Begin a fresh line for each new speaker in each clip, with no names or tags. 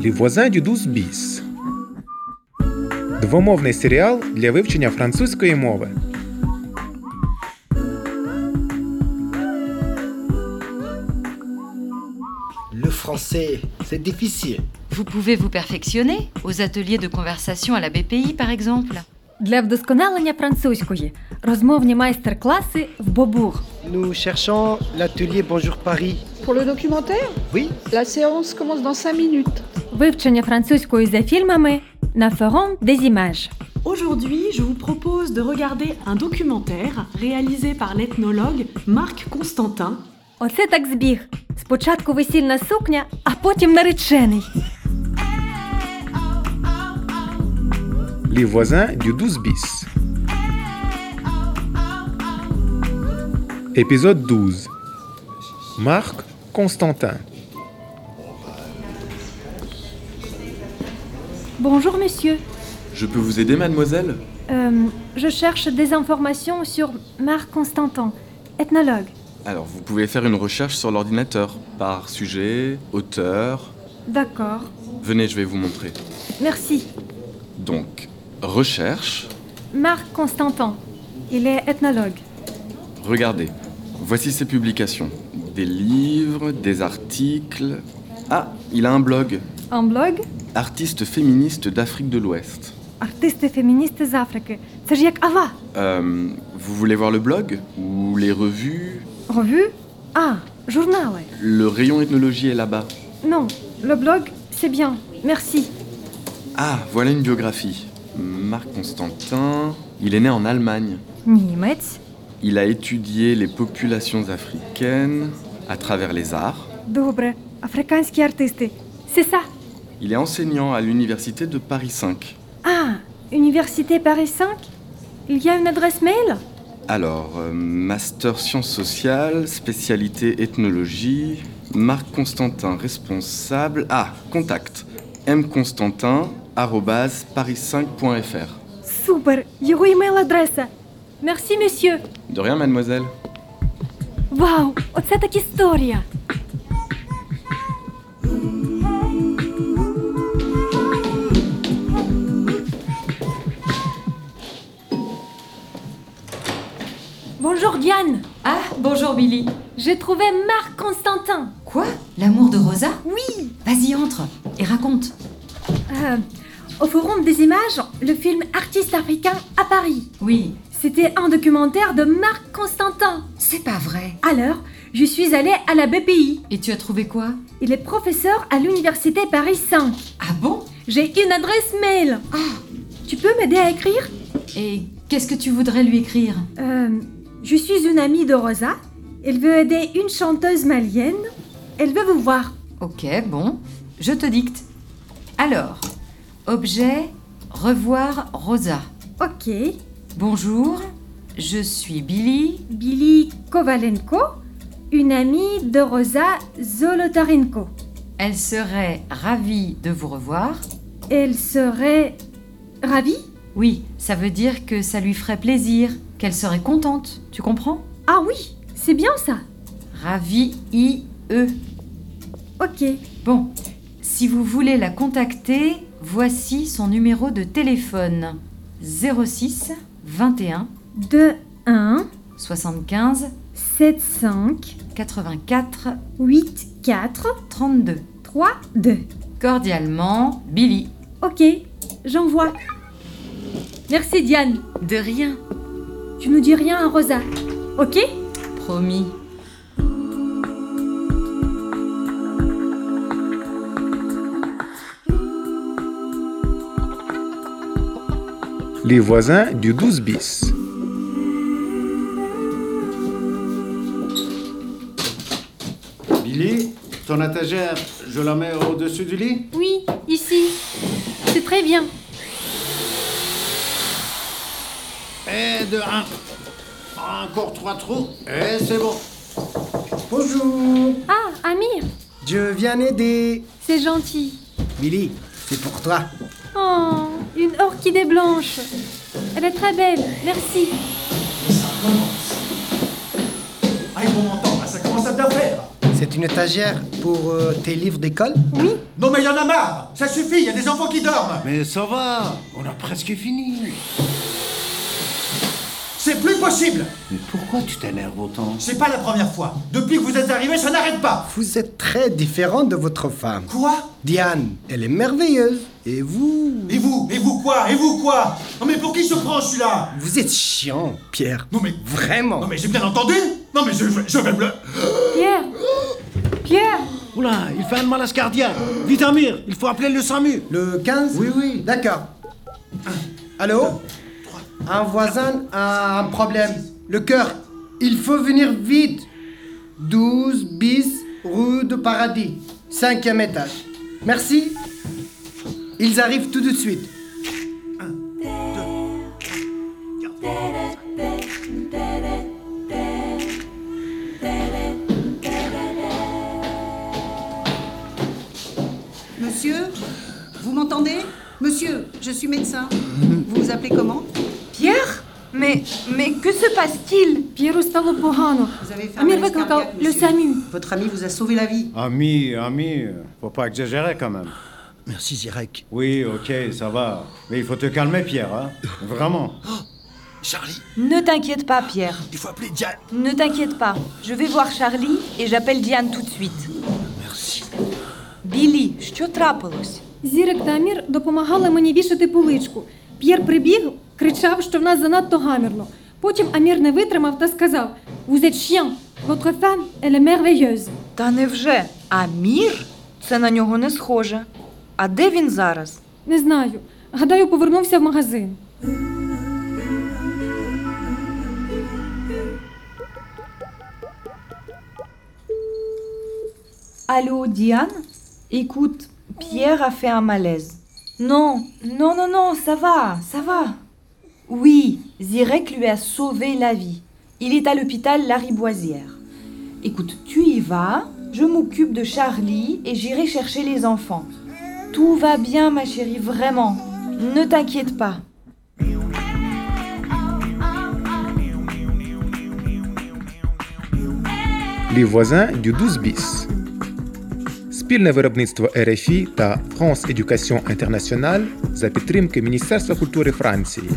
Les voisins du 12 bis. Двомовний серіал для вивчення французької мови.
Le français, c'est difficile.
Vous pouvez vous perfectionner aux ateliers de conversation à la BPI par exemple.
Для вдосконалення французької розмовні майстер-класи в Бобур.
Nous cherchons l'atelier Bonjour Paris.
Pour le documentaire,
Oui,
la séance commence dans 5 minutes.
Вивчення французької за фільмами на ферон Дезімеж.
Aujourd'hui, je vous propose de regarder un documentaire réalisé par l'ethnologue Marc Constantin.
Оце так збіг. Спочатку весільна сукня, а потім наречений.
Les voisins du 12 bis. Épisode 12. Marc Constantin.
Bonjour, monsieur.
Je peux vous aider, mademoiselle
Euh, je cherche des informations sur Marc Constantin, ethnologue.
Alors, vous pouvez faire une recherche sur l'ordinateur, par sujet, auteur.
D'accord.
Venez, je vais vous montrer.
Merci.
Donc, recherche,
Marc Constantin. Il est ethnologue.
regardez. Voici ses publications. Des livres, des articles. Ah, il a un blog.
Un blog
Artiste féministe d'Afrique de l'Ouest.
Артисти феміністи з Африки. Це ж як Ава.
Euh, vous voulez voir le blog Ou les revues
Revue А, журнали.
Le rayon ethnologie est là-bas.
Non, le blog, c'est bien. Merci.
Ah, voilà une biographie. Marc Constantin. Il est né en Allemagne.
Німець.
Il a étudié les populations africaines à travers les arts.
Добре. Африканські артисти. C'est ça.
Il est enseignant à l'université de Paris 5.
Ah, Université Paris 5 Il y a une adresse mail
Alors, euh, master sciences sociales, spécialité ethnologie, Marc Constantin responsable. Ah, contact mconstantin@paris5.fr.
Супер! Його імейл-адреса. Мерсі, месьє.
De rien, mademoiselle.
Вау! Оце так історія. Bonjour Diane,
Ah, bonjour Billy.
j'ai trouvé Marc Constantin.
Quoi L'amour de Rosa Oui Vas-y, entre et raconte.
Euh, au Forum des images, le film Artiste africain à Paris.
Oui.
C'était un documentaire de Marc Constantin.
C'est pas vrai.
Alors, je suis allée à la BPI.
Et tu as trouvé quoi
Il est professeur à l'université Paris 5.
Ah bon Ah!
J'ai une adresse mail. Tu peux m'aider à écrire
Et qu'est-ce que tu voudrais lui écrire
Euh, Je suis une amie de Rosa. Elle veut aider une chanteuse malienne. Elle veut vous voir.
Ok, bon. Je te dicte. Alors, objet, revoir Rosa.
Ok.
Bonjour, je suis Billy.
Billy Kovalenko, une amie de Rosa Zolotarenko.
Elle serait ravie de vous revoir.
Elle serait ravie
Oui, ça veut dire que ça lui ferait plaisir, qu'elle serait contente, tu comprends
Ah oui, c'est bien ça.
Ravie E. I-E.
Ok.
Bon, si vous voulez la contacter, voici son numéro de téléphone 06 21
2, 1,
75
7, 5,
84
8, 4,
32.
3, 2.
Cordialement, Billy.
Ok, j'envoie. Merci Diane.
De rien,
Tu nous dis rien à Rosa. Ok
promis.
Les voisins du 12 bis.
Billy, ton étagère, je la mets au-dessus du lit
Oui, ici. C'est très bien.
Et de un. Encore trois trous. Et c'est bon.
bonjour.
Ah, Amir,
Je viens aider.
c'est gentil.
Billy, c'est pour toi.
Oh, une orchidée blanche. Elle est très belle, merci.
Ah, ils vont m'entendre, ça commence à bien faire
C'est une étagère pour euh, tes livres d'école
Non mais il y en a marre Ça suffit, il y a des enfants qui dorment
Mais ça va, on a presque fini.
C'est plus possible
Mais pourquoi tu t'énerves autant
C'est pas la première fois. Depuis que vous êtes arrivés, ça n'arrête pas
Vous êtes très différent de votre femme.
Quoi
Diane, elle est merveilleuse. Et vous
Et vous Et vous quoi Et vous quoi Non mais pour qui se prend celui-là
Vous êtes chiant, Pierre.
Non mais...
Vraiment.
Non mais j'ai bien entendu Non mais je, je, je vais me le...
Pierre Pierre
Oula, il fait un malaise cardiaque. Vite Amir, il faut appeler le SAMU.
Le 15 Oui, oui. D'accord. Allô Un voisin a un problème. Le cœur. Il faut venir vite. 12 bis rue de Paradis. Cinquième étage. Merci. Ils arrivent tout de suite.
Monsieur, vous m'entendez Monsieur, je suis médecin. Vous vous appelez comment
Pierre Mais mais que se passe-t-il
Pierre stalo погано.
Vous avez fait un
Amir
malaise
Bakakao,
cardiaque,
le
monsieur.
SAMU.
Votre ami vous a sauvé la vie.
Ami, ami, faut pas exagérer quand même.
Merci, Zirek.
Oui, ok, ça va. Mais il faut te calmer, Pierre, hein. Vraiment.
Charlie,
Ne t'inquiète pas, Pierre.
il faut appeler Diane.
Ne t'inquiète pas. Je vais voir Charlie et j'appelle Diane tout de suite.
Merci.
Білі, що трапилось?
Зірик та Амір допомагали мені вішати поличку. П'єр прибіг, кричав, що в нас занадто гамірно. Потім Амір не витримав та сказав: Vous êtes chien, votre femme, elle est merveilleuse.
Та невже? А мір? Це на нього не схоже. А де він зараз?
Не знаю. Гадаю, повернувся в магазин.
Allô, Diane Écoute, Pierre a fait un malaise. Non, non, non, non, ça va, ça va. Oui, Zirek lui a sauvé la vie. Il est à l'hôpital Lariboisière. Écoute, tu y vas, je m'occupe de Charlie et j'irai chercher les enfants. Tout va bien, ma chérie, vraiment. Ne t'inquiète pas.
Les voisins du 12 bis. Спільне виробництво РФІ та France Education International за підтримки Міністерства культури Франції.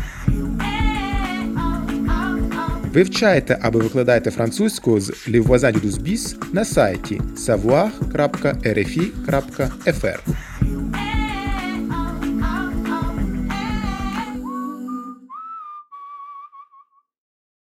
Вивчайте або викладайте французьку з Les voisins du 12 bis на сайті savoir.rfi.fr.